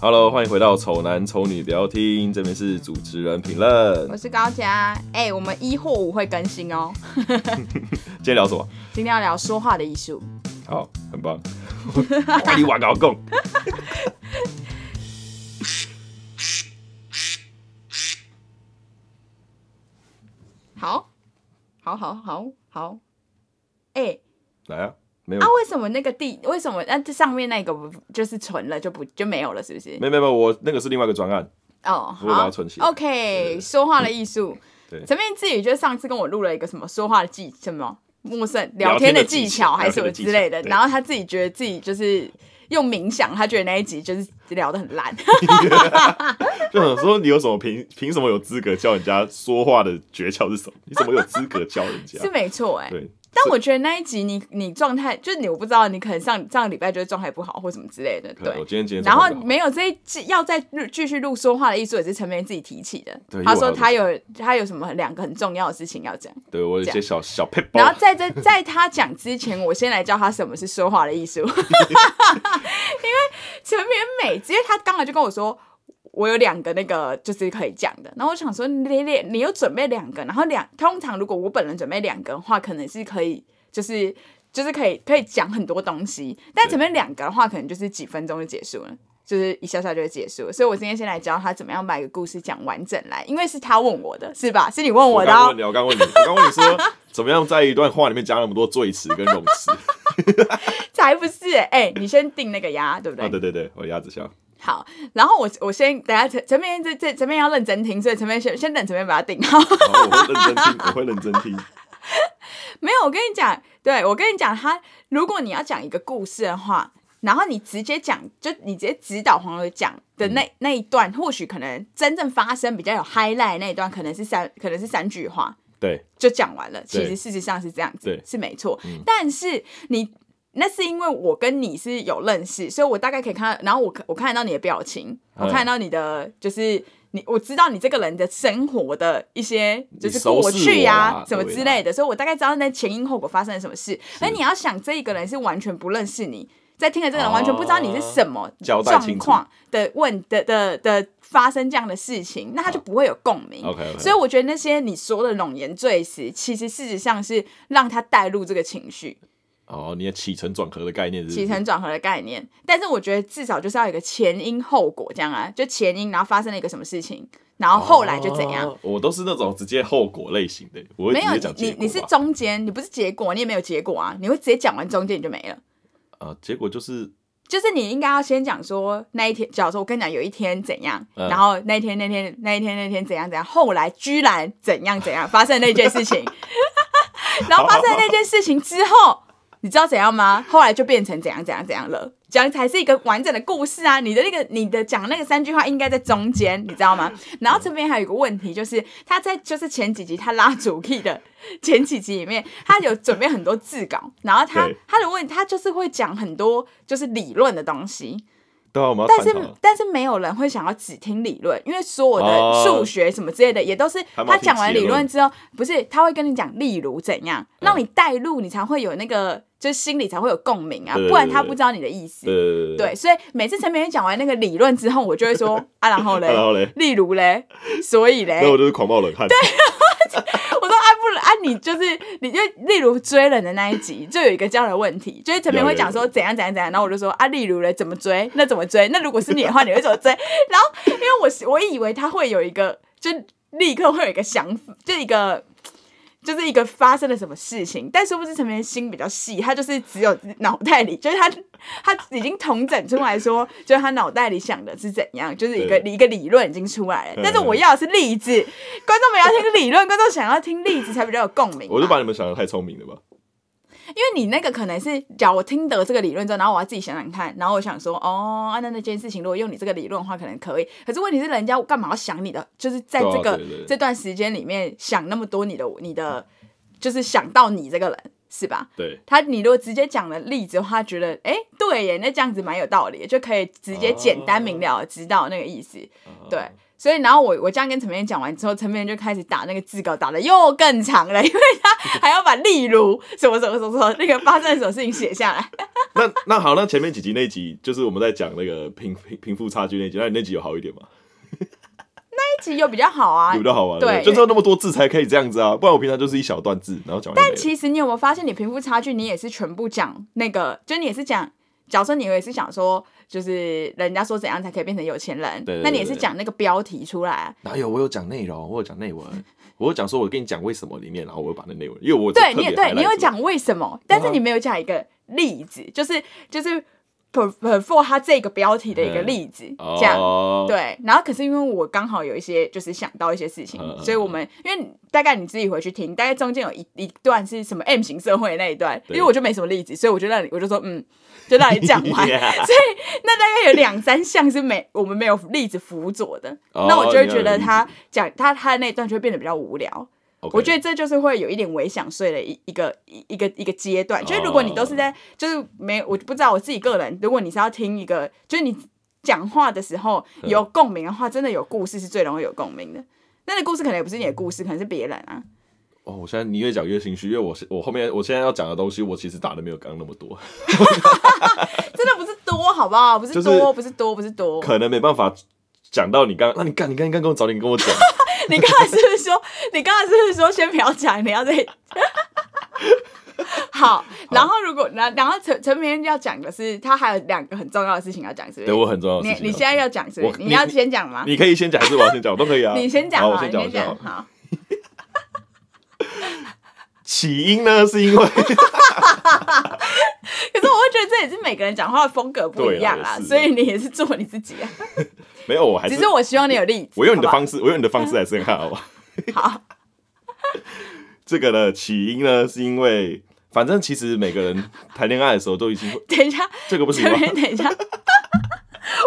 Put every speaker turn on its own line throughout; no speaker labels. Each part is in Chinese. Hello，欢迎回到《丑男丑女聊天》，这边是主持人评论
我。是高佳，哎、我们一或五会更新哦。
今天聊什么？
今天要聊说话的艺术。
好，很 棒。哇你哇搞共。
好，好，好，好，好。哎、
来啊，没有
啊，，为什么那个地，为什么那这上面那个不就是存了就不就没有了，是不是？
没没没，我那个是另外一个专案。
哦，
我把它
好
存起来
，OK，
对
说话的艺术。
对
陈面自己就上次跟我录了一个什么说话的技什么陌生
聊
聊
天
天
的
的
技
技
巧
巧还是什么之类的
聊天的技巧，对
然后他自己觉得自己就是用冥想，他觉得那一集就是聊得很烂。
就想说你有什么凭 凭什么有资格教人家说话的诀窍是什么？你怎么有资格教人家？
是没错哎、
对，
但我觉得那一集你你状态就是你我不知道你可能上上礼拜就是状态不好或什么之类的，
可能我
对。
今天今天
然
状
后
况不好
没有这一季要再录继续录说话的艺术也是陈明自己提起的
对，
他
因为我还
说他有他有什么两个很重要的事情要讲。
对我有一些
这
小小啊配包
然，后在这在他讲之前，我先来教他什么是说话的 艺术，因为陈明美，因为他刚才就跟我说。我有两个那个就是可以讲的，然后我想说你你你又准备两个，然后两通常如果我本人准备两个的话，可能是可以就是就是可以可以讲很多东西，但
对
前面两个的话可能就是几分钟就结束了，就是一下下就会结束了，所以我今天先来教他怎么样把一个故事讲完整来，因为是他问我的是吧？是你问
我
的、
刚
哦
问，你，我刚问你，我刚问你说怎么样在一段话里面加那么多赘词跟冗词？
才不是欸哎、你先定那个鸭， 对不对？
啊，对对对，我鸭子笑。
好，然后我我先等下陈陈面这这陈面要认真听，所以陈面先先等陈面把它定好。
然后我会认真听，我会认真听。
没有，我跟你讲，对我跟你讲，他如果你要讲一个故事的话，然后你直接讲，就你直接指导黄河讲的那、那一段，或许可能真正发生比较有 highlight 那一段，可能是三可能是三句话，
对
就讲完了。其
对
实事实上是这样
对
子，是没错。
嗯
但是你那是因为我跟你是有认识，所以我大概可以看到，然后我我看得到你的表情，
嗯
我看得到你的就是。你我知道你这个人的生活的一些就是
熟
过
识我
去呀、
啦
什么
对啊
之
啦
类的，所以我大概知道那前因后果发生了什么事。而你要想，这一个人是完全不认识你，在听了这个人完全不知道你是什么
啊交代清
状
楚
况的问的的的的发生这样的事情，那他就不会有共鸣。
，OK OK。
所以我觉得那些你说的冗言赘词，其实事实上是让他带入这个情绪，
哦，你的起承转合的概念是不是
起承转合的概念。但是我觉得至少就是要有一个前因后果，这样啊，就前因，然后发生了一个什么事情，然后后来就怎样。
哦我都是那种直接后果类型的，我会
没
直
有
接
你
讲结
你
果吧。啊
你是中间，你不是结果，你也没有结果啊，你会直接讲完中间你就没了。
啊，结果就是
就是你应该要先讲说那一天，假如说我跟你讲有一天怎样，
嗯
然后那一天那天那一天那天怎样怎样，后来居然怎样怎样发生那件事 情，然后发生那件事情之后，你知道怎样吗？后来就变成怎样怎样怎样了，这样才是一个完整的故事啊！你的那个你的讲那个三句话应该在中间，你知道吗？然后这边还有一个问题，就是他在就是前几集他拉主 key 的前几集里面，他有准备很多字稿，然后他
对
他的问他就是会讲很多就是理论的东西，
对啊，我们要
但
探
是
讨。
但是没有人会想要只听理论，因为所有
哦
的数学什么之类的也都是
他们要
他
听
讲完
结
理论
论
之后，不是他会跟你讲例如怎样，让你带入，你才会有那个就是心里才会有共鸣啊
对，对
不然
对
他
对
不知道你的意思。
呃，
对，所以每次陈明宇讲完那个理论之后，我就会说啊，然后嘞
啊，， 然后嘞，
例如嘞，所以嘞，
那我就是狂冒冷汗。对，
我说啊不然啊，你就是你就例如追人的那一集，就有一个这样的问题，就是陈明会讲说怎样怎样怎样，然后我就说啊，例如嘞怎么追，那怎么追？那如果是你的话，你会怎么追？ 然后因为我是我以为他会有一个，就立刻会有一个想，法，就一个。就是一个发生了什么事情，但殊不知陈明心比较细，他就是只有脑袋里，就是他他已经统整出来说，就是他脑袋里想的是怎样，就是一个一个理论已经出来了
对。
但是我要的是例子，观众们要听理论，观众想要听例子才比较有共鸣嘛。
我就把你们想的太聪明了吧？
因为你那个可能是，假如我听得这个理论之后，然后我要自己想想看，然后我想说，哦，啊那那件事情如果用你这个理论的话，可能可以。可是问题是，人家干嘛要想你的？就是在
对啊
这个、
对对对
这段时间里面想那么多你的你的，就是想到你这个人。是吧？
对，
他你如果直接讲了例子的话，他觉得哎、诶对耶，那这样子蛮有道理的，就可以直接简单明了地知道那个意思。
啊
对，所以然后我我这样跟陈明讲完之后，陈明就开始打那个字稿，打的又更长了，因 为他还要把例如什么什么什么什么那个发生了什么事情写下来。 哎
那那好，那前面几集那集就是我们在讲那个贫贫贫富差距那集，那你那集有好一点吗？
那一集有比较好啊
有比，较好玩，
对
不就只有那么多字才可以这样子啊，不然我平常就是一小段字，然后讲完就没
但
了。
其实你有没有发现，你贫富差距，你也是全部讲那个，就你也是讲，假如说你也是讲说，就是人家说怎样才可以变成有钱人，
对对对
那你也是讲那个标题出来啊。
哪有我有讲内容，我有讲内文，我有讲说我跟你讲为什么里面，然后我有把那内文，因为我
对，
特
你
别
也对
highlight 嗯
你有
出来
讲为什么，但是你没有讲一个例子，就是就是 per per for 它这个标题的一个例子，这样。
哦，
对，然后可是因为我刚好有一些就是想到一些事情，
嗯嗯
所以我们因为大概你自己回去听，大概中间有一一段是什么 M 型社会那一段，因
对
为我就没什么例子，所以我就让你我就说嗯，就让你 讲完。
Yeah
所以那大概有两三项是没我们没有例子辅佐的，
哦
那我就会觉
你要有
得
例子
他讲他他的那一段就会变得比较无聊。
OK，
我觉得这就是会有一点微想睡的一一个一一个一个阶段，就是如果你都是在、
哦
就是没我不知道我自己个人，如果你是要听一个，就是你讲话的时候
嗯
有共鸣的话，真的有故事是最容易有共鸣的。那个故事可能也不是你的故事，可能是别人啊。
哦，我现在你越讲越心虚，因为我是我后面我现在要讲的东西，我其实打的没有刚刚那么多，
真的不是多，好不好？不是
就是
多，不是多，不是多。
可能没办法讲到你刚，那你干你刚你刚跟我早点跟我讲，
你刚才是不是说？你刚才是不是说先不要讲，你 要在？好，然后如果然然后陈陈明要讲的是，他还有两个很重要的事情要讲，是
对
不是？
我很重要的
你
事情。
你现在要讲是不
哦我
是？你要
你
先讲吗？
你可以先讲还是我要先讲，我都可以啊。
你先
好
讲
我
好，
先
你
讲，我
先
先讲
讲
好。
好。
起因呢，是 因为
可是我会觉得这也是每个人讲话的风格不一样啦，
对啊也是
所以你也是做你自己啊。
没有，我还
只
是
是我希望你有例子，
我用你的
好不好嗯
方式，我用你的方式来生看好吧？
好，
这个的起因呢，是因为反正其实每个人谈恋爱的时候都已经会
等一下，
这个不行
这
吗？
边等 一下。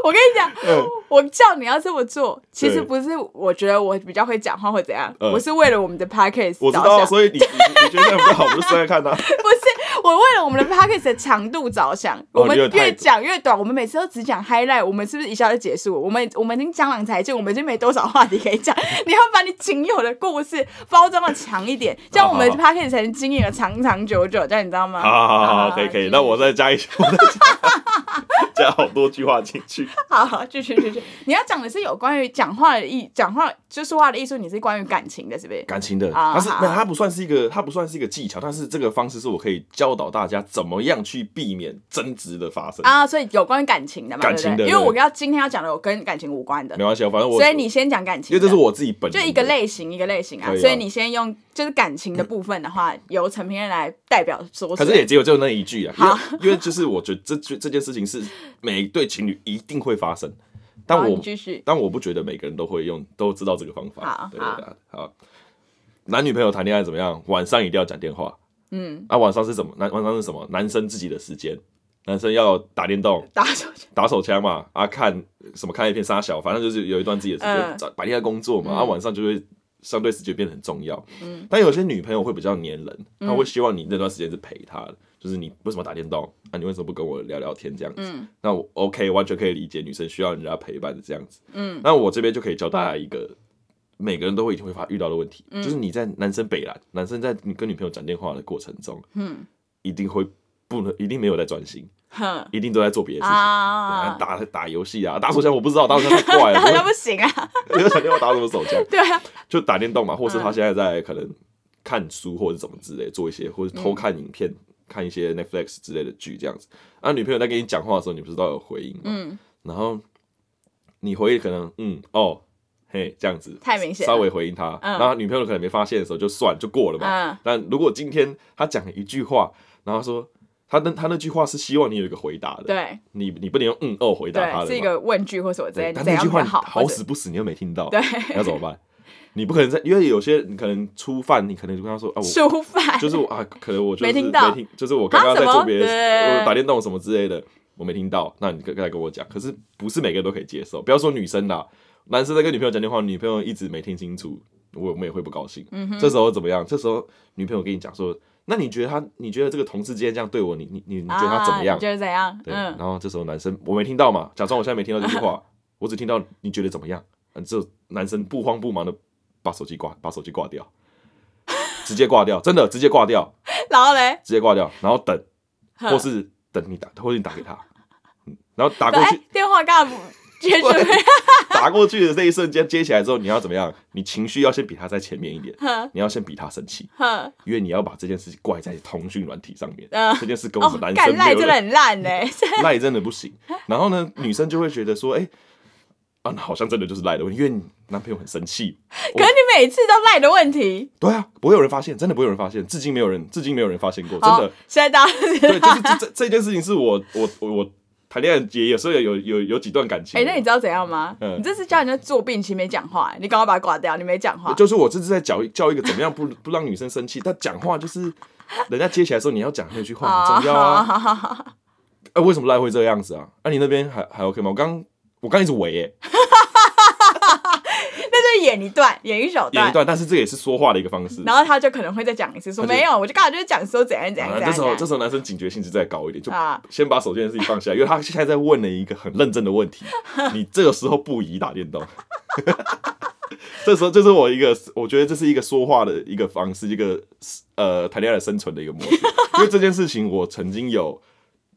我跟你讲，
嗯
我叫你要这么做，其实
对
不是我觉得我比较会讲话或怎样，
嗯
我是为了我们的 podcast
我知
着
道，
想
所以你你你觉得这样比较好，我们就生来看啊。
不是，我为了我们的 podcast 的长度着想，我们
哦你有太
越讲越短，我们每次都只讲 highlight，我们是不是一下就结束？我们我们已经江郎才尽，我们已经没多少话题可以讲。 你要把你仅有的故事包装的强一点，这样我们
好
podcast 才能经营的长长久久，这样你知道吗？
好好好好，可以可以，那我再加一，我再加加好多句话进去。
好好继续继续。你要讲的是有关于讲话的艺，讲话就说话的艺术，你是关于感情的，是不是？
感情的，
啊
它是
好
没有，它不算是一个，它不算是一个技巧，但是这个方式是我可以教导大家怎么样去避免争执的发生。
啊，所以有关于感情的嘛，
感
对不
情的
对？因为
对
我要今天要讲的，我跟感情无关的
没，关系，反正我
所以你先讲感情
因
的，
为这是我自己本
就
人
一个
的
类型一个类型啊，
可以啊嗯
所以你先用就是感情的部分的话，由陈平来代表说出
可
来。
是也只有就那一句啊，因
好
为因为就是我觉得这这这件事情是每一对情侣一定会发生，但
好
我
你继续
但我不觉得每个人都会用都知道这个方
好
法。对对对，好。男女朋友谈恋爱怎么样？晚上一定要讲电话。
嗯，
那、晚上是什么？男晚上是什么？男生自己的时间，男生要打电动、
打手枪，
打手枪嘛，啊看什么看一片杀小，反正就是有一段自己的时
嗯
间，早白天在工作嘛，啊晚上就会相对时间变得很重要。嗯，但有些女朋友会比较黏人，她
嗯
会希望你那段时间是陪她的，就是你为什么打电动啊？你为什么不跟我聊聊天这样子？
嗯
那我 OK 完全可以理解女生需要人家陪伴的这样子。
嗯，
那我这边就可以教大家一个。每个人都会一定会发遇到的问题，
嗯
就是你在男生北兰，男生在你跟女朋友讲电话的过程中，
嗯，
一定会不能，一定没有在专心，
哼
一定都在做别的事情。啊，
啊，
打打游戏啊，打手枪我不知道，打手枪太怪了
打，架不行啊，
我就想 电话打什么手枪，
对啊，
就打电动嘛，或是
嗯
他现在在可能看书或者怎么之类，做一些或者
嗯
偷看影片，看一些 Netflix 之类的剧这样子。啊，女朋友在跟你讲话的时候，你不知道有回应吗？
嗯，
然后你回应可能嗯哦嘿这样子，
太明显了
稍微回应他，
嗯
然后女朋友可能没发现的时候就算就过了嘛。
嗯
但如果今天他讲了一句话，然后说他那他那句话是希望你有一个回答的，
对
你你不能用嗯哦回答他的嘛，
对，是一个问句或什么之类
对，
的，
但
怎
那
样
句
比
话
较
你
好？
好
或者
死不死你又没听到，
对，
你要怎么办？ 你不可能在，因为有些你可能初犯，你可能就跟他说啊，我
书法
就是我啊，可能我就是
没听到
就是我刚刚在
啊什么
做别的事，
对
我打电动什么之类的，我没听到，那你跟来跟我讲。可是不是每个人都可以接受，不要说女生啦，男生在跟女朋友讲电话，女
嗯
朋友一直没听清楚，我我们也会不高兴。这时候怎么样？这时候女朋友跟你讲说，那你觉得他？你觉得这个同事之间这样对我，你你你你觉得他怎么样
啊、你？觉得怎样？
对，然
嗯，
后这时候男生我没听到嘛，假装我现在没听到这句话， 我只听到你觉得怎么样？嗯，这男生不慌不忙的把手机挂，把手机挂掉， 直接挂掉，真的直接挂掉，
然后嘞，
直接挂掉，然后等，
呵
或是等你打，或是你打给他，嗯然后打过
哎、
去，
电话 干嘛不接准备？
打过去的那一瞬间接起来之后，你要怎么样？你情绪要先比他在前面一点，
哼
你要先比他生气，
哼，
因为你要把这件事怪在通讯软体上面，
嗯
这件事跟我
哦
们，男
干
生没
赖
有
真的很烂呢、
赖真的不行。然后呢，女生就会觉得说，哎、啊，好像真的就是赖的问题，因为你男朋友很生气。
可是你每次都赖的问题，
对啊，不会有人发现，真的不会有人发现，至今没有人，至今没有人发现过，真
好
的。，
现在大家都知
对，
道
就是这这这件事情是我我我我谈恋爱也有时候有有有几段感情。
哎、那你知道怎样吗？
嗯
你这次叫人家做病情没讲话、你赶快把它挂掉，你没讲话。
就是我这是在教教一个怎么样不不让女生生气，但讲话就是人家接起来的时候你要讲那句话
哦
很重要啊。
好好 好好
哎、为什么赖会这样子啊？那、你那边还还 OK 吗？我刚我刚一直围 耶、
那就演一段，演一小
演一段，但是这也是说话的一个方式。
然后他就可能会再讲一次，说
他就
没有，我就刚才就是讲说怎样怎样
啊
怎，
这
样
时
怎
候
样。
这时候男生警觉性是再高一点，就
啊
先把手机的事情放下，因为他现在在问了一个很认真的 问题，你这个时候不宜打电动。 这时候，这是我一个，我觉得这是一个说话的一个方式，一个呃谈恋爱的生存的一个 模式。因为这件事情，我曾经有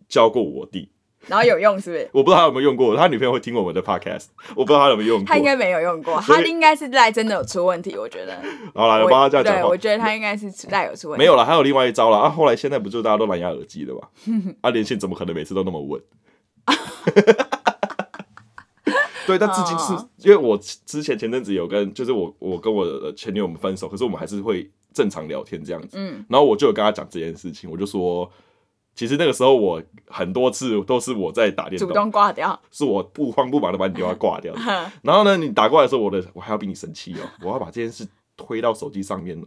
教过我弟，
然后有用是不是？
我不知道他有没有用过，他女朋友会听我们的 podcast，我不知道他有没有用过
他应。该没有用过，
所
他
以
应该是赖真的有出问题，我觉得。
好了，
我
我帮他这样讲
对，
话
我。觉得他应该是赖有出问题。
没有了，还有另外一招了啊！后来现在不就大家都蓝牙耳机 了嘛？啊，连线怎么可能每次都那么稳？对，但至今是、
哦
因为我之前前阵子有跟，就是我我跟我的前女友们分手，可是我们还是会正常聊天这样子。
嗯，
然后我就有跟他讲这件事情，我就说，其实那个时候我很多次都是我在打电
主
动，
动挂掉。啊
是我不慌不忙的把你电话挂 掉的。
哼
然后呢，你打过来的时候，我的我还要比你生气哦，我要把这件事推到手机上面了，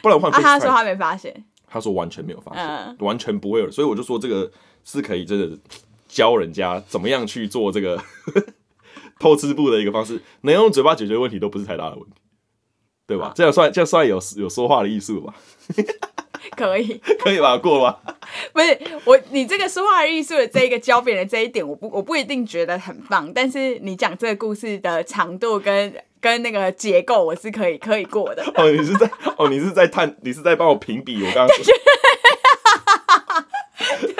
不然换
啊，他
FaceTime
说他没发现。
他说完全没有发现，
嗯
完全不会有，所以我就说这个是可以真的教人家怎么样去做这个 偷吃步的一个方式，能用嘴巴解决问题都不是太大的问题，对吧
好？
这样算这样算有有说话的艺术吧？
可以，
可以吧？过吧？
不是我，你这个说话艺术的这一个教别人这一点，我不我不一定觉得很棒，但是你讲这个故事的长度跟跟那个结构，我是可以可以过 的。
哦，你是在哦，你是在探，你是在帮我评比我刚刚说
对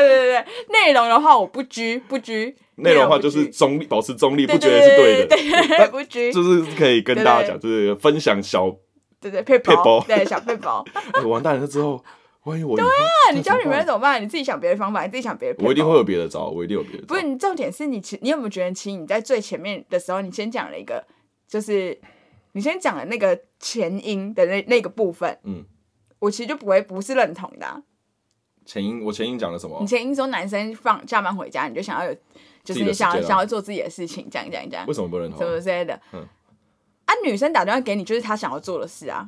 对对对，内容的话我不拘不拘，
内容的话
不拘
就是中立，保持中立，不
对
觉得是对
对
的，
对对对，
但
不拘，
就是可以跟大家讲，就是分享小
对对配
配包
包，对小配包。
哎完蛋了之后，万一我对啊
那你教女人怎么办？你自己想别的方法，你自己想别的配包。
我一定会有别的招，我一定有别的招。
不是，你重点是你其你有没有觉得，其实你在最前面的时候，你先讲了一个，就是你先讲了那个前因的那那个部分，
嗯，
我其实就不会不是认同的啊、
前因，我前因讲了什么啊
你？前因说男生放下班回家，你就想要有，就
哦自己的
是
时间啊
想要想要做自己的事情，这样这样这样
为，什么不认同
什？么之类的。
嗯
啊，女生打电话给你就是她想要做的事啊，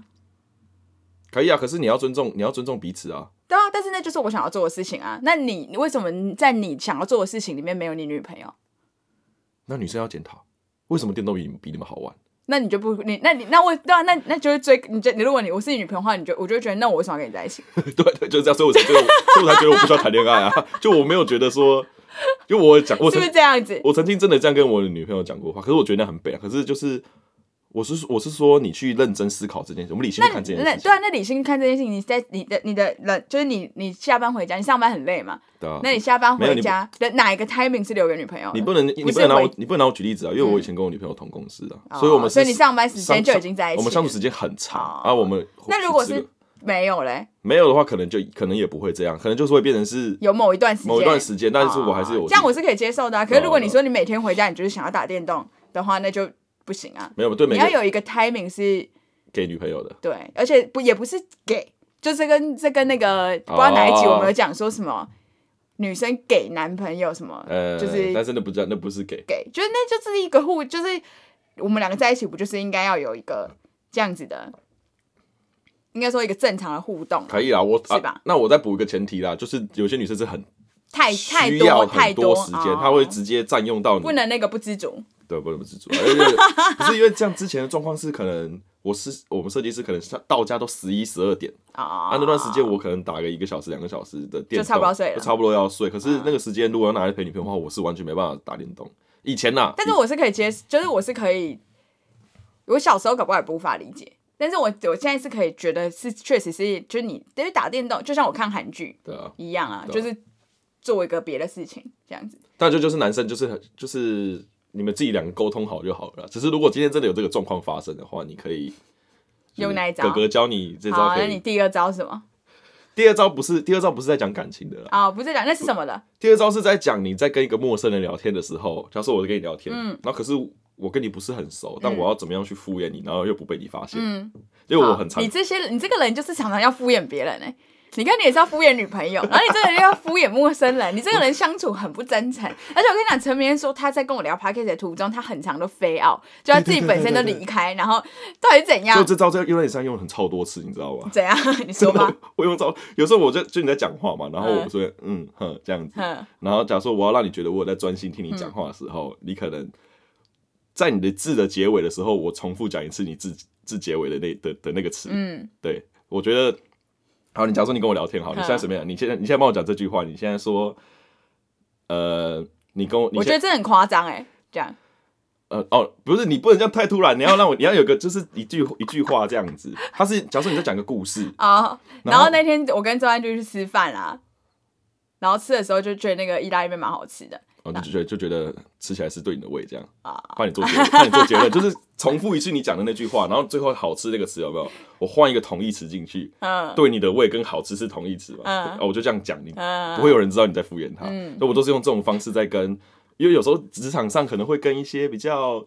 可以啊，可是你要尊重，你要尊重彼此啊。
对啊，但是那就是我想要做的事情啊。那你你为什么在你想要做的事情里面没有你女朋友？
那女生要检讨，为什么电动比比你们好玩？
那你就不你那你那我对啊，那那就会追你就你如果你我是你女朋友的话，你就我就会觉得那我为什么要跟你在一起？
对对，就是这样，所以我才觉得我，所以我才觉得我不需要谈恋爱啊。 就我没有觉得说，就我讲，我
是
曾
不是这样子？
我曾经真的这样跟我的女朋友讲过话，可是我觉得那很北啊。可是就是，我是我是说，你去认真思考这件事，我们理性
那
看这
你
件
那
事
对
情。
啊，那理性看这件事情，你在你的你的人就是你你下班回家，你上班很累嘛？
对啊，
那你下班
没有
回
你不
家的哪一个 timing 是留给女朋友的？
你不能你
不
不
是
能拿我
回
你不能拿我举例子啊，因为我以前跟我女朋友同公司啊，所以
哦
我们是
所以你上班时间就已经在一起了
我们相处时间很长
哦
啊。我们
那如果
这个
是没有嘞，
没有的话，可能就可能也不会这样，可能就是会变成是
有某一段时间，
某一段时间，但是我还是有
哦
我
这样，我
自
是可以接受的啊。可是如果
哦
你说你每天回家，你就是想要打电动的话，那就不行啊
己。没有对每
你要
个
有一个 timing 是
给女朋友的，
对，而且不也不是给，就是跟这跟那个不知道哪一集我
哦
们有讲说什么、女生给男朋友什么，
呃，
就是
但是那不叫那不是给，
给，就是那就是一个互，就是我们两个在一起不就是应该要有一个这样子的，应该说一个正常的互动，
可以啦，我
是吧
啊那我再补一个前提啦，就是有些女生是很
太太
需要
多太
很多时间，
哦
她会直接占用到你
不能那个不知足，
啊 对，不能不知足，而且不是因为这样之前的状况是可能我是我们设计师可能下到家都十一十二点，
啊
啊那段时间我可能打个一个小时两个小时的电动，
就差不多睡了啊
就差不多要睡。可是那个时间如果要拿来陪女朋友的话，我是完全没办法打电动。以前呐、
但是我是可以接，就是我是可以，我小时候搞不好也无法理解，但是我我现在是可以觉得是确实是，就是你因为打电动，就像我看韩剧
对啊，
一样啊，
对啊
就是做一个别的事情这样子。
但这就是男生就是很就是你们自己两个沟通好就好了啦。只是如果今天真的有这个状况发生的话，你可以
用那一招
哥哥教你这招
好，
可
那你
以。
第二招是什么？
第二招不是第二招不是在讲感情的啦，
啊、不是讲那是什么的？
第二招是在讲你在跟一个陌生人聊天的时候，假如说我在跟你聊天，
嗯
然后可是我跟你不是很熟，但我要怎么样去敷衍你，然后又不被你发现？
嗯，
因为我
好
很常
你这些你这个人就是常常要敷衍别人哎、你看，你也是要敷衍女朋友，然后你这个人要敷衍陌生人，你这个人相处很不真诚。而且我跟你讲，陈明恩说他在跟我聊 p a c k a g e 的途中，他很常都飞 out，就他自己本身都离开，然后到底怎
就
样？
这招在用在你身上用了很超多次，你知道吗？
怎样？你说吧。
我用招，有时候我就就你在讲话嘛，然后
嗯
我说嗯哼这样子，
嗯，
然后假如说我要让你觉得我有在专心听你讲话的时候，你可能在你的字的结尾的时候，我重复讲一次你字字结尾的那的的那个词，
嗯，
对我觉得，好，你假如说你跟我聊天好，你
嗯
现在随便讲，你现在你现在帮我讲这句话，你现在说，呃，你跟我，你
我觉得
现在
这很夸 张哎，这样
呃哦，不是，你不能这样太突然，你要让我，你要有个就是一句一句话这样子，他是假如说你在讲个故事，
哦。
然
然
后
后那天我跟周安就去吃饭啦，然后吃的时候就觉得那个意大利面蛮好吃的，
哦，你就觉得就觉得吃起来是对你的胃这样
啊，
帮你做结论，帮你做结论，就是重复一次你讲的那句话，然后最后好吃这个词有没有？我换一个同义词进去，
嗯
对你的胃跟好吃是同义词嘛？
嗯
哦，我就这样讲，你
嗯，
不会有人知道你在敷衍他。
嗯
所以我都是用这种方式在跟，因为有时候职场上可能会跟一些比较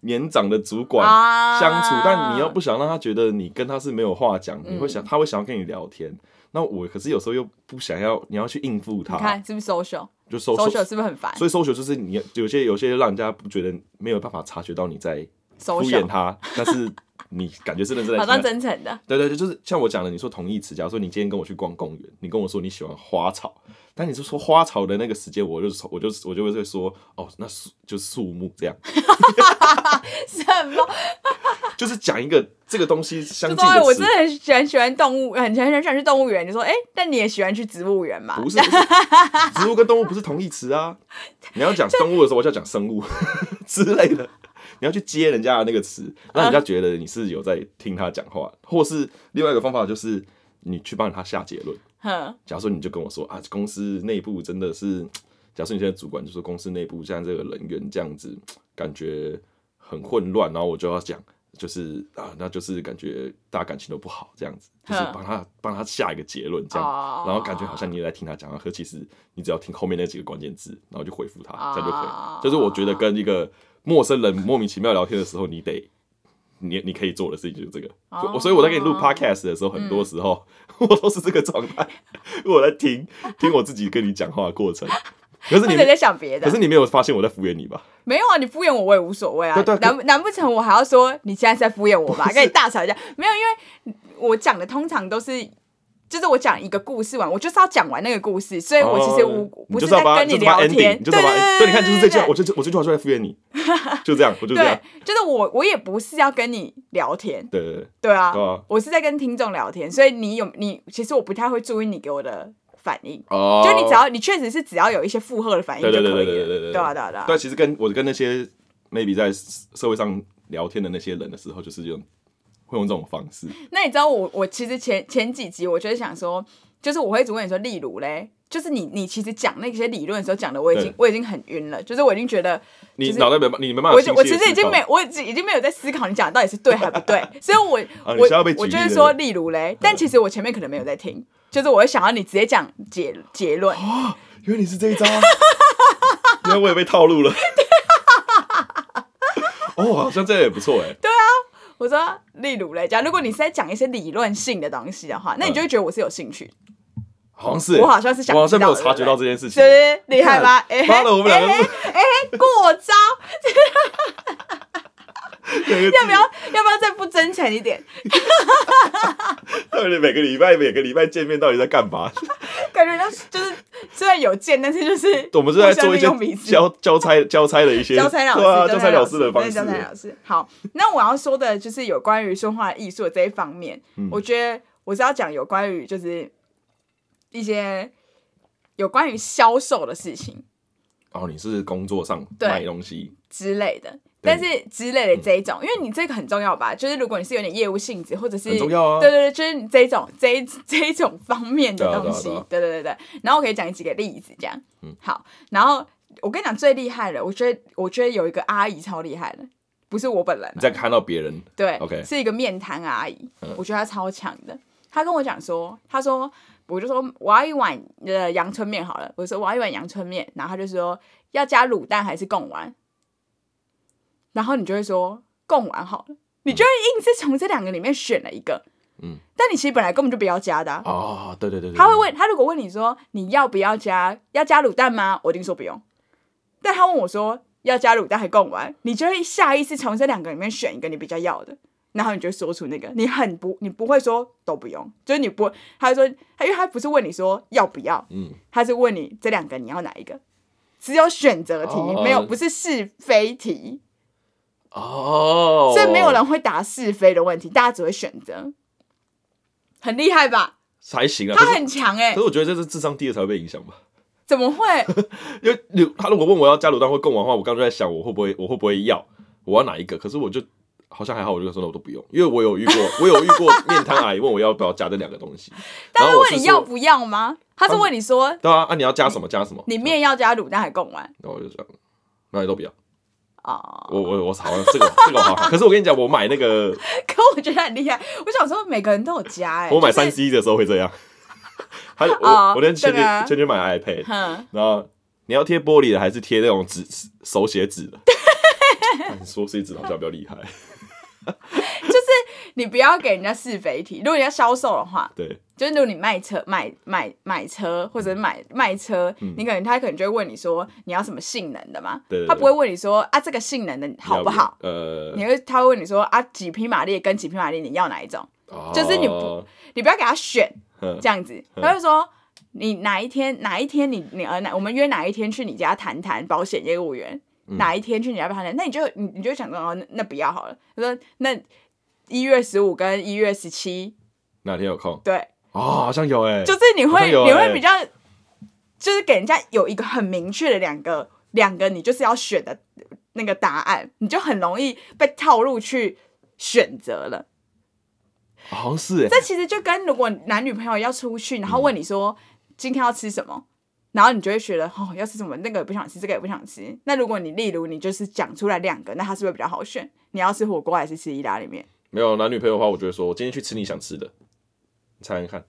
年长的主管
啊
相处，但你要不想让他觉得你跟他是没有话讲，你会想
嗯
他会想要跟你聊天。那我可是有时候又不想要，你要去应付
你
他，
看是不是 social
就收
social 是不是很烦
所以 social 就是你有些有些让人家不觉得没有办法察觉到你在敷衍
？social
他，但是你感觉是认真在
好
听
像
他
真诚的，
对对对，就是像我讲的，你说同义词，假如说你今天跟我去逛公园，你跟我说你喜欢花草，但你就说花草的那个时间，我就是我就我就会说哦，那树就是树木这样，
什么？
就是讲一个这个东西相
就
近
说 哎，
的
我
词
真，的很喜欢喜欢动物，很很很喜欢去动物园。你说哎，但你也喜欢去植物园嘛？
不是不是植物跟动物不是同义词啊。你要讲动物的时候，我就要讲生物 之类的，你要去接人家的那个词，让人家觉得你是有在听他讲话，或是另外一个方法就是你去帮他下结论。
哼，
假如说你就跟我说啊，公司内部真的是，假如说你现在主管就说公司内部现在这个人员这样子，感觉很混乱，然后我就要讲，就是啊，那就是感觉大家感情都不好，这样子，就是
嗯
帮他帮他下一个结论这样，
哦
然后感觉好像你也在听他讲话，可其实你只要听后面那几个关键字，然后就回复他，这样就可
哦
以。就是我觉得跟一个陌生人莫名其妙聊天的时候，你得。你你可以做的事情就是这个，所以我所以我在给你录
哦嗯
podcast 的时候，很多时候、我都是这个状态，我在听听我自己跟你讲话的过程。可是
或
你
者在想别
可
的
是。你没有发现我在敷衍你吧？
没有啊，你敷衍我我也无所谓啊
对对。可
难难不成我还要说你现在是在敷衍我 吧？跟你大吵一架？没有，因为我讲的通常都是。就是我讲一个故事完，我就是要讲完那个故事，所以我其实无、
哦你就
不
是知道
在
把
跟
就是把
聊天，
ending，你就知道把
对
ending，对，你看就是这句话，我这我这句话就在敷衍你，就这样，我就这样
对，，就是我我也不是要跟你聊天，
对对对，
对啊，
对啊
我是在跟听众聊天，所以你有你其实我不太会注意你给我的反应，
哦
就你只要你确实是只要有一些附和的反应
对
就可
对
以
对
了，
对对对对，
啊对啊对啊
但其实跟我跟那些 maybe 在社会上聊天的那些人的时候，就是用会用这种方式，
那你知道我我其实前前几集我就是想说，就是我会一直问你说，例如嘞，就是你你其实讲那些理论的时候讲的，我已经
对
我已经很晕了，就是我已经觉得
你
就是
脑袋没办你没办
我
法
已经
清晰地思考，
我其实已经没我已经已经没有在思考你讲的到底是对还不 对，所以我、
啊你
我
是要被举
我就
例
是
的嗯
说，例如嘞，但其实我前面可能没有在听，就是我会想要你直接讲结结论，
哦原来你是这一招啊！因为我也被套路了。哦，好像这样也不错哎、
我说例如嘞，讲如果你是在讲一些理论性的东西的话，那你就会觉得我是有兴趣，
好像嗯是欸、
我好像是想
我好像没有
知道
察
的
觉到这件事
是
情
不。是厉 害吧？哎、
妈的，我们两个
哎、
都
嘿过招，
每个
要不要要不要再不真诚一点？
到底每个礼拜每个礼拜见面到底在干嘛？
感觉到就是虽然有见，但是就是
我们是在做一些
互相利用彼此
交交差交差的一些
交差老师，
对啊，
交
交差老师的方
对
式
交，差老师。好，那我要说的就是有关于说话艺术的这一方面，
嗯
我觉得我是要讲有关于就是一些有关于销售的事情
哦，你是工作上
对
卖东西，
之类的。但是之类的这一种，因为你这个很重要吧？就是如果你是有点业务性质，或者是
很重要啊
对对对，就是你这一种这一这一种方面的东西
对啊，
对对对对。然后我可以讲几个例子，这样。
嗯，
好。然后我跟你讲最厉害的，我觉得我觉得有一个阿姨超厉害的，不是我本人啊、
你在看到别人
对
OK
是一个面摊阿姨
嗯，
我觉得她超强的。她跟我讲说，她说，我就说我要一碗呃阳春面好了，我说我要一碗呃阳春面，然后她就说要加卤蛋还是贡丸，然后你就会说贡丸好了，你就会硬是从这两个里面选了一个，
嗯，
但你其实本来根本就不要加的啊、
哦，对对对对，
他会问他如果问你说你要不要加要加卤蛋吗？我一定说不用。但他问我说要加卤蛋还贡丸，你就会下意识从这两个里面选一个你比较要的，然后你就说出那个，你很不你不会说都不用，就是你不他就说他因为他不是问你说要不要，
嗯，
他是问你这两个你要哪一个，只有选择题，
哦
没有不是是非题，
哦，
所以没有人会答是非的问题，大家只会选择，很厉害吧？
才行啊，
他
可是
很强哎、
可是我觉得这是智商低的才会被影响吧。
怎么会？
因为你他如果问我要加卤蛋或贡丸的话，我刚刚就在想我会不会我会不会要我要哪一个，可是我就好像还好，我就说那我都不用，因为我有遇过 我有遇过面摊阿姨问我要不要加这两个东西，然
他
后我
问
是
你
说
要不要吗？他是问你说
对啊啊你要加什么加什么，
你面要加卤蛋还贡丸
然后我就想那你都不要，
哦。
我我我好像这个这个我好像，可是我跟你讲，我买那个
可我觉得很厉害，我想说每个人都有加哎、
我买
就是
三 C 的时候会这样， 还有
哦
我我连前
对啊
天前天买 iPad，
哼，
然后你要贴玻璃的还是贴那种纸手写纸 的？看说谁纸好像比较厉害，
你不要给人家是非题。如果你要销售的话，
对。
就是如果你卖车、买买买车或者是买卖车，你可能他可能就会问你说你要什么性能的嘛？
嗯对对对
他不会问你说啊这个性能的好不好？
要？呃，
你会他会问你说啊几匹马力跟几匹马力你要哪一种？就是你
哦
不你不要给他选，
嗯
这样子，
嗯
他就说你哪一天哪一天你你呃哪我们约哪一天去你家谈谈保险业务员，
嗯
哪一天去你家谈谈，那你就你你就想说哦那那不要好了，他说那一月十五跟一月十七，
哪天有空？
对，
哦，好像有哎，
就是你
好像
会、
有
你
欸
会比较，就是给人家有一个很明确的两个两个你就是要选的那个答案，你就很容易被套路去选择了。
好像是哎，
这其实就跟如果男女朋友要出去，然后问你说、今天要吃什么，然后你就会觉得哦要吃什么，那个也不想吃，这个也不想吃。那如果你例如你就是讲出来两个，那他是不是比较好选？你要吃火锅还是吃意大利面？
没有男女朋友的话，我就会说，我今天去吃你想吃的，你猜猜看，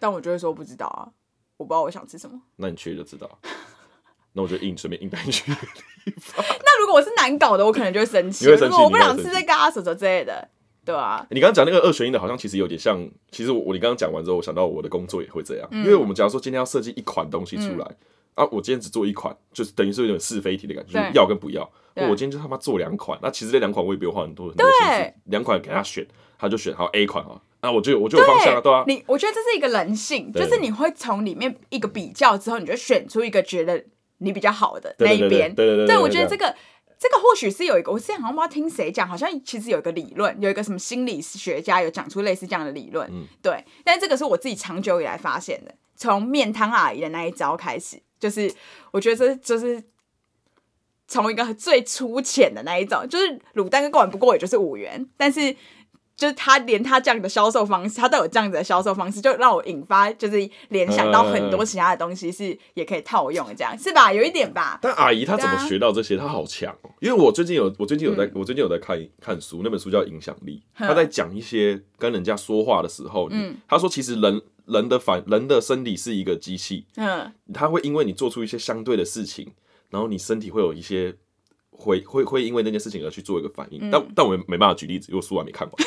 但我就会说不知道啊，我不知道我想吃什么。
那你去就知 道。那我就硬随便硬带你去，
那如果我是难搞的，我可能就会生气。
你会生气
如果我不想
你会
吃
生气
这个啊，什么之类的，对啊，
你刚刚讲那个二选一的，好像其实有点像。其实我我你刚刚讲完之后，我想到我的工作也会这样，因为我们假如说今天要设计一款东西出来、啊，我今天只做一款，就是等于是有点是非题的感觉，就
对
是要跟不要。
对
我今天就他妈做两款，那其实这两款我也不用花很多很多心思
对，
两款给他选，他就选好 A 款啊，那我就有我就有方向了，对啊，
你我觉得这是一个人性，就
对
是你会从里面一个比较之后，你就选出一个觉得你比较好的那
对
一
对对
边。
对对对对
对，
对
我觉得
对
这个这个或许是有一个，我之前好像不知道听谁讲，好像其实有一个理论，有一个什么心理学家有讲出类似这样的理论。
嗯
对，但这个是我自己长久以来发现的，从面汤阿姨的那一招开始，就是我觉得这就是。从一个最粗浅的那一种，就是卤蛋跟贡丸不过也就是五元，但是就是他连他这样的销售方式，他都有这样子的销售方式，就让我引发就是联想到很
嗯
多其他的东西是也可以套用的，这样是吧？有一点吧，
但阿姨她怎么
对啊嗯
学到这些？她好强哦！因为我最近有，我最近有在，我最近有在看看书，那本书叫《影响力》，
哼
她在讲一些跟人家说话的时候，嗯，她说其实人人的反人的身体是一个机器，
嗯，
它会因为你做出一些相对的事情，然后你身体会有一些会会会因为那件事情而去做一个反
嗯
应。但但我没办法举例子，因为我书还没看完。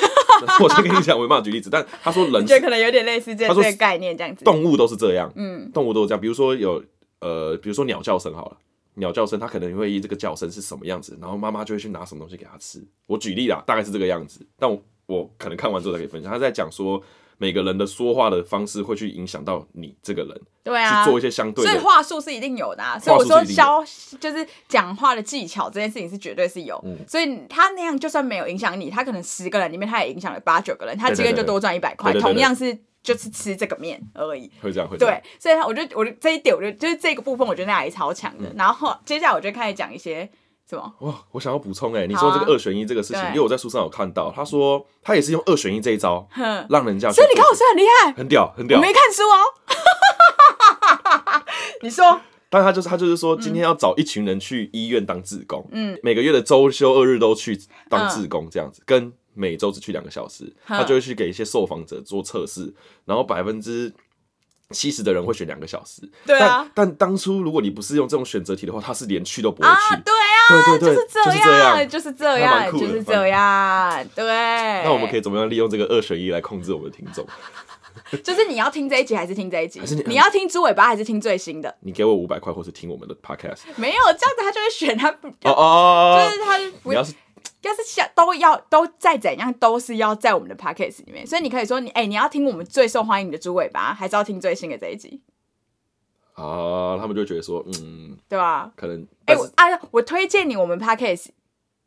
我先跟你讲，我没办法举例子。但她说人
觉
是
得可能有点类似这
他
这
说
个概念这样子。
动物都是这样，
嗯，
动物都是这样。比如说有呃，比如说鸟叫声好了，鸟叫声它可能会依这个叫声是什么样子，然后妈妈就会去拿什么东西给它吃。我举例啦，大概是这个样子。但我我可能看完之后再给你分享。他在讲说，每个人的说话的方式会去影响到你这个人，
对啊，
去做一些相对
所以
的。
话术是一定有的、啊，所以
话
我
术
说
是一定
消就是讲话的技巧这件事情是绝对是有，
嗯
所以他那样就算没有影响你，他可能十个人里面他也影响了八九个人，他今天就多赚一百块，
对对对对
同样是就是吃这个面而已。
会这样，会这样。
对，所以他我就我就这一点，我就就是这个部分，我觉得那也超强
嗯
的。然后接下来我就开始讲一些什么，
哇，我想要补充哎、你
好
说
啊
这个二选一这个事情，
对
因为我在书上有看到，他说他也是用二选一这一招，
哼，
让人家去
所以你看我
做
是很厉害，
很屌，很
我
屌。
没看书哦。 你说
但他就是他就是说，今天
嗯
要找一群人去医院当志工，嗯，每个月的周休二日都去当
嗯
志工这样子，跟每周只去两个小时，他就会去给一些受访者做测试，然后百分之。七十的人会选两个小时，
对啊
但但当初如果你不是用这种选择题的话，他是连去都不会
啊，
去。
对啊。
对对对，
就是
就是这
样，
样。
就是这
还
样，
蛮酷
就
的
是这样，对。那
那我们可以怎么样利用这个二选一来控制我们的听 众？
就是你要听这一集还是听这一集？
还是你嗯
要听猪尾巴还是听最新的？
你给我五百块，或是听我们的 podcast。
没有这样子，他就会选他，不
哦
就
哦哦
是
哦，
他就不
你要是
要是想都要都再怎样都是要在我们的 podcast 里面，所以你可以说你哎、你要听我们最受欢迎的猪尾巴，还是要听最新的这一集，
啊，他们就会觉得说，嗯，
对吧？
可能，
哎、
但
我
是
啊，我推荐你我们 podcast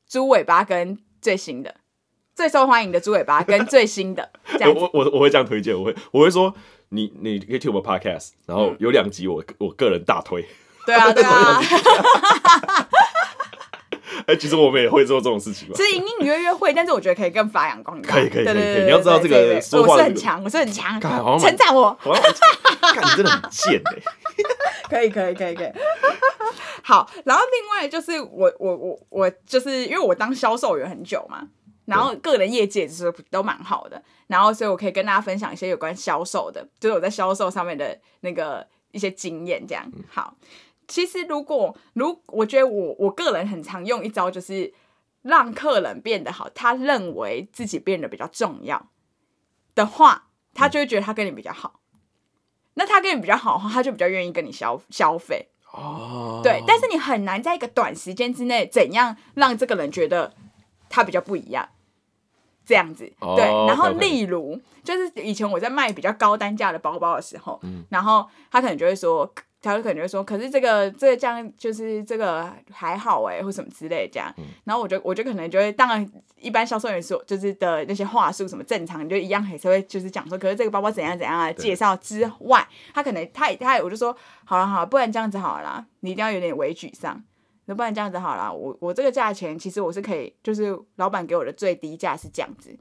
猪尾巴跟最新的最受欢迎的猪尾巴跟最新的这
哎
样子，
我我我会这样推荐，我会我会说，你你可以听我们 podcast，然
嗯
后有两集我我个人大推。
对啊对啊，
哎，其实我们也会做这种事情嘛
其。实隐隐约约会，但是我觉得可以更发扬光大。
可以可以
对对
可以
对
可以
对
你要知道
对
这个
对对
说
我
话
是
的这
很
个
强，我是很强，
干好像蛮
称赞我，
哇，看你真的很贱哎！
可以可以可以可 以。好，然后另外就是我我我我就是因为我当销售员很久嘛，然后个人业界就是都蛮好的，然后所以我可以跟大家分享一些有关销售的，就是我在销售上面的那个一些经验这样。好，其实如果如我觉得我我个人很常用一招就是让客人变得好，他认为自己变得比较重要的话，他就会觉得他跟你比较好。那他跟你比较好的话，他就比较愿意跟你消消费。
哦，
对，但是你很难在一个短时间之内怎样让这个人觉得他比较不一样，这样子。
哦
对，然后
OK，OK
例如就是以前我在卖比较高单价的包包的时候，
嗯
然后他可能就会说。他就可能就会说，可是这个这个这样就是这个还好哎、或什么之类这
嗯
样。然后我就我就可能就会，当然一般销售员说就是的那些话术什么正常，你就一样还是会就是讲说，可是这个包包怎样怎样啊，介绍之外，他可能他也他也我就说好了好了，不然这样子好了啦，你一定要有点微沮丧。那不然这样子好了，我我这个价钱其实我是可以，就是老板给我的最低价是这样子，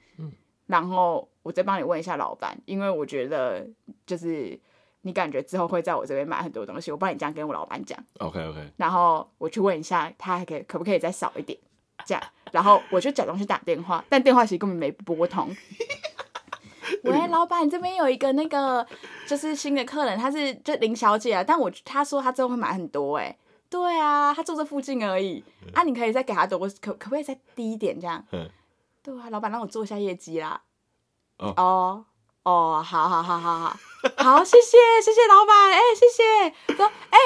然后我再帮你问一下老板，因为我觉得就是你感觉之后会在我这边买很多东西，我帮你这样跟我老板讲，
OK OK，
然后我去问一下他还可以可不可以再少一点，这样，然后我就假装去打电话，但电话其实根本没拨 通。喂，老板，这边有一个那个就是新的客人，她是就林小姐啊，但我她说她之后会买很多哎、对啊，她住这附近而已，啊，你可以再给她多，可可不可以再低一点这样？
嗯
对啊，老板让我做一下业绩啦。
哦
哦哦，好好好好好好，谢谢谢谢老板，哎、谢谢。说哎、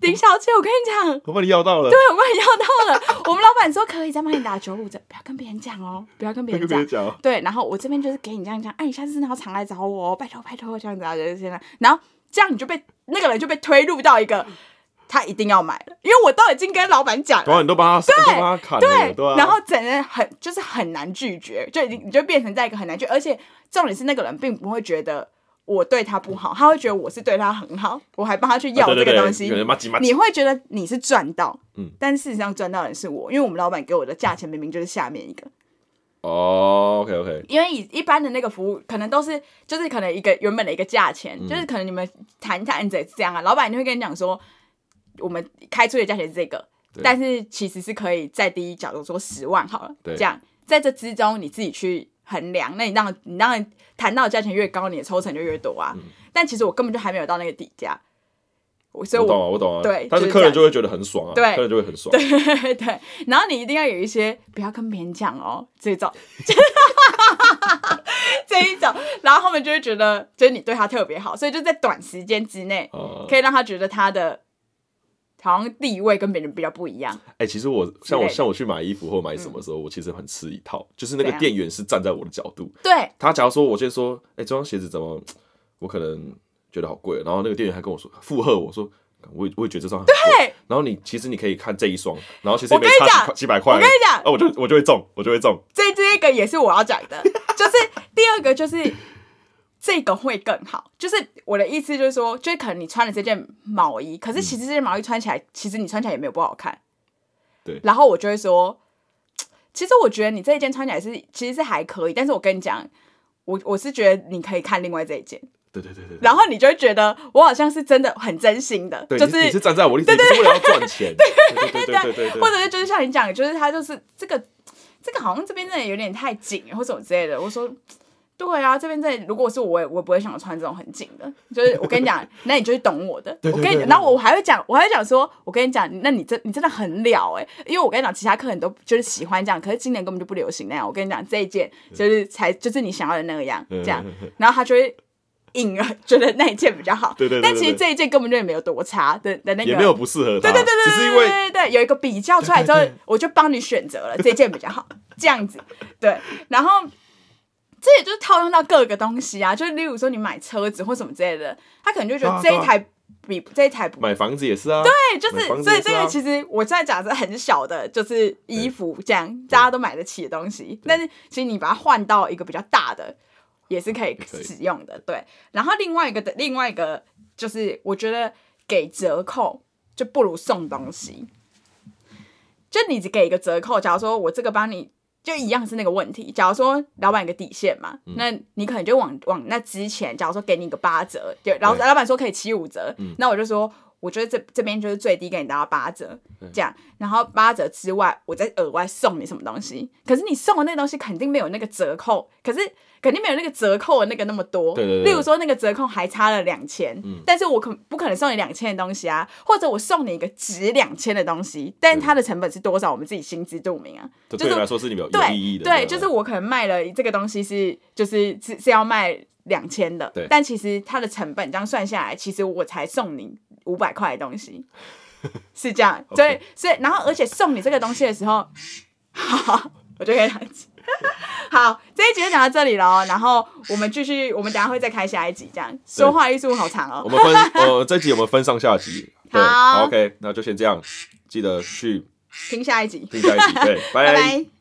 林小姐，我跟你讲，
我帮你要到了，
对，我们也要到了。我们老板说可以再帮你打九五折，不要跟别人讲哦，不要跟别
那
人
个别
讲。
讲哦，
对，然后我这边就是给你这样讲，哎、你下次真的要常来找我哦，拜托拜托这样子啊，就是这样。然后这样你就被那个人就被推入到一个他一定要买了，因为我都已经跟老板讲
对啊，
了。
你都帮他，你都帮他砍
对
了，，对啊，
然后整个人很就是很难拒绝，就已经你就变成在一个很难拒，而且重点是那个人并不会觉得我对他不好，他会觉得我是对他很好，我还帮他去
啊
要
对对
这个
对
东西，
有人骂鸡骂鸡
你会觉得你是赚到，
嗯
但事实上赚到的人是我，因为我们老板给我的价钱明明就是下面一个，
哦，OK OK，
因为以一般的那个服务可能都是就是可能一个原本的一个价钱，
嗯
就是可能你们谈一谈案子也是这样啊，老板就会跟你讲说，我们开出的价钱是这个，
对
但是其实是可以再低，假如说十万好了，
对
这样在这之中你自己去衡量，那你让你当然谈到的价钱越高，你的抽成就越多
嗯
啊，但其实我根本就还没有到那个底价，我所以
我
我
懂啊，我懂啊，
对
但
就是是
客人
这样
就会觉得很爽啊，
对
客人就会很爽，
对对，然后你一定要有一些不要跟别人讲哦，这种， 这一种，然后他们就会觉得，就是你对他特别好，所以就在短时间之内，
啊，
可以让他觉得他的好像地位跟别人比较不一样。
哎、其实我像
类
我
的
像我去买衣服或买什么时候，我其实很吃一套，就是那个
嗯怎样
店员是站在我的角度，
对，
他假如说我先说，哎、这双鞋子怎么，我可能觉得好贵，哦然后那个店员还跟我说附和我说。我也我也觉得这双很贵，
对
然后你其实你可以看这一双，然后其实
我
没
跟你
差
讲
几几百块，
我跟你讲
啊，，我就我就会中，我就会中，
这这个也是我要讲的， 就是第二个就是这个会更好。就是我的意思就是说，就是可能你穿了这件毛衣，可是其实这件毛衣穿起来，其实你穿起来也没有不好看。
嗯对
然后我就会说，其实我觉得你这一件穿起来是其实是还可以，但是我跟你讲。我我是觉得你可以看另外这一件，
对对对对。
然后你就会觉得我好像是真的很真心的，
对，
就
你是你是站在我立场，你是为了要赚钱，对对对对对对
或。者是就是像你讲的，就是他就是这个这个好像这边真的有点太紧，或什么之类的。我说。对啊，这边这里如果是我，我也不会想穿这种很紧的。就是我跟你讲，那你就是懂我的。
对对
我跟
对
你，
对
然后我还会讲，我还会讲说，我跟你讲，那你真你真的很了哎、因为我跟你讲，其他客人都就是喜欢这样，可是今年根本就不流行那样。我跟你讲，这一件就是才就是你想要的那样，
嗯
这样，然后他就会硬而觉得那一件比较好。
对对对对
但其实
对
这一件根本就也没有多差的的那个，
也没有不适合他，
对对对对
只
对
是因
对
为
对对，有一个比较出来之后
对对对，
我就帮你选择了这件比较好，这样子对。然后这也就是套用到各个东西啊，就是例如说你买车子或什么之类的，他可能就觉得这
对啊
一台比这一台不
买房子也是啊，对，
对，就
买房
是
子
所以
也是
这个
啊
其实我现在讲的是很小的，就是衣服这样大家都买得起的东西，但是其实你把它换到一个比较大的，也是可以
可以
使用的。对，然后另外一个的另外一个就是我觉得给折扣就不如送东西，就你只给一个折扣，假如说我这个帮你。就一样是那个问题。假如说老板有个底线嘛，
嗯
那你可能就往往那之前，假如说给你一个八折，就老
对嗯
老板说可以七五折，那我就说我觉得这这边就是最低给你到八折，这样，然后八折之外，我再额外送你什么东西。可是你送的那东西肯定没有那个折扣，可是肯定没有那个折扣的那个那么多。
对对对
例如说那个折扣还差了两千、
嗯
但是我可不可能送你两千的东西啊？或者我送你一个值两千的东西，但是它的成本是多少，我们自己心知肚明啊。
这
就是
对你来说是你们有有
对
意义的，
对，
吧
就是我可能卖了这个东西是就是是是要卖两千的
对，
但其实它的成本这样算下来，其实我才送你五百块的 东西，是这样。所以
OK
所以然后而且送你这个东西的时候， 好，我就可以讲。 好，这一集就讲到这里喽。然后我们继续，我们等一下会再开下一集。这样说话艺术好长哦
我。们分， 呃，这集我们分上下集，对
好
，OK，那就先这样，记得去
听下一集，
听下一集，对，
拜拜。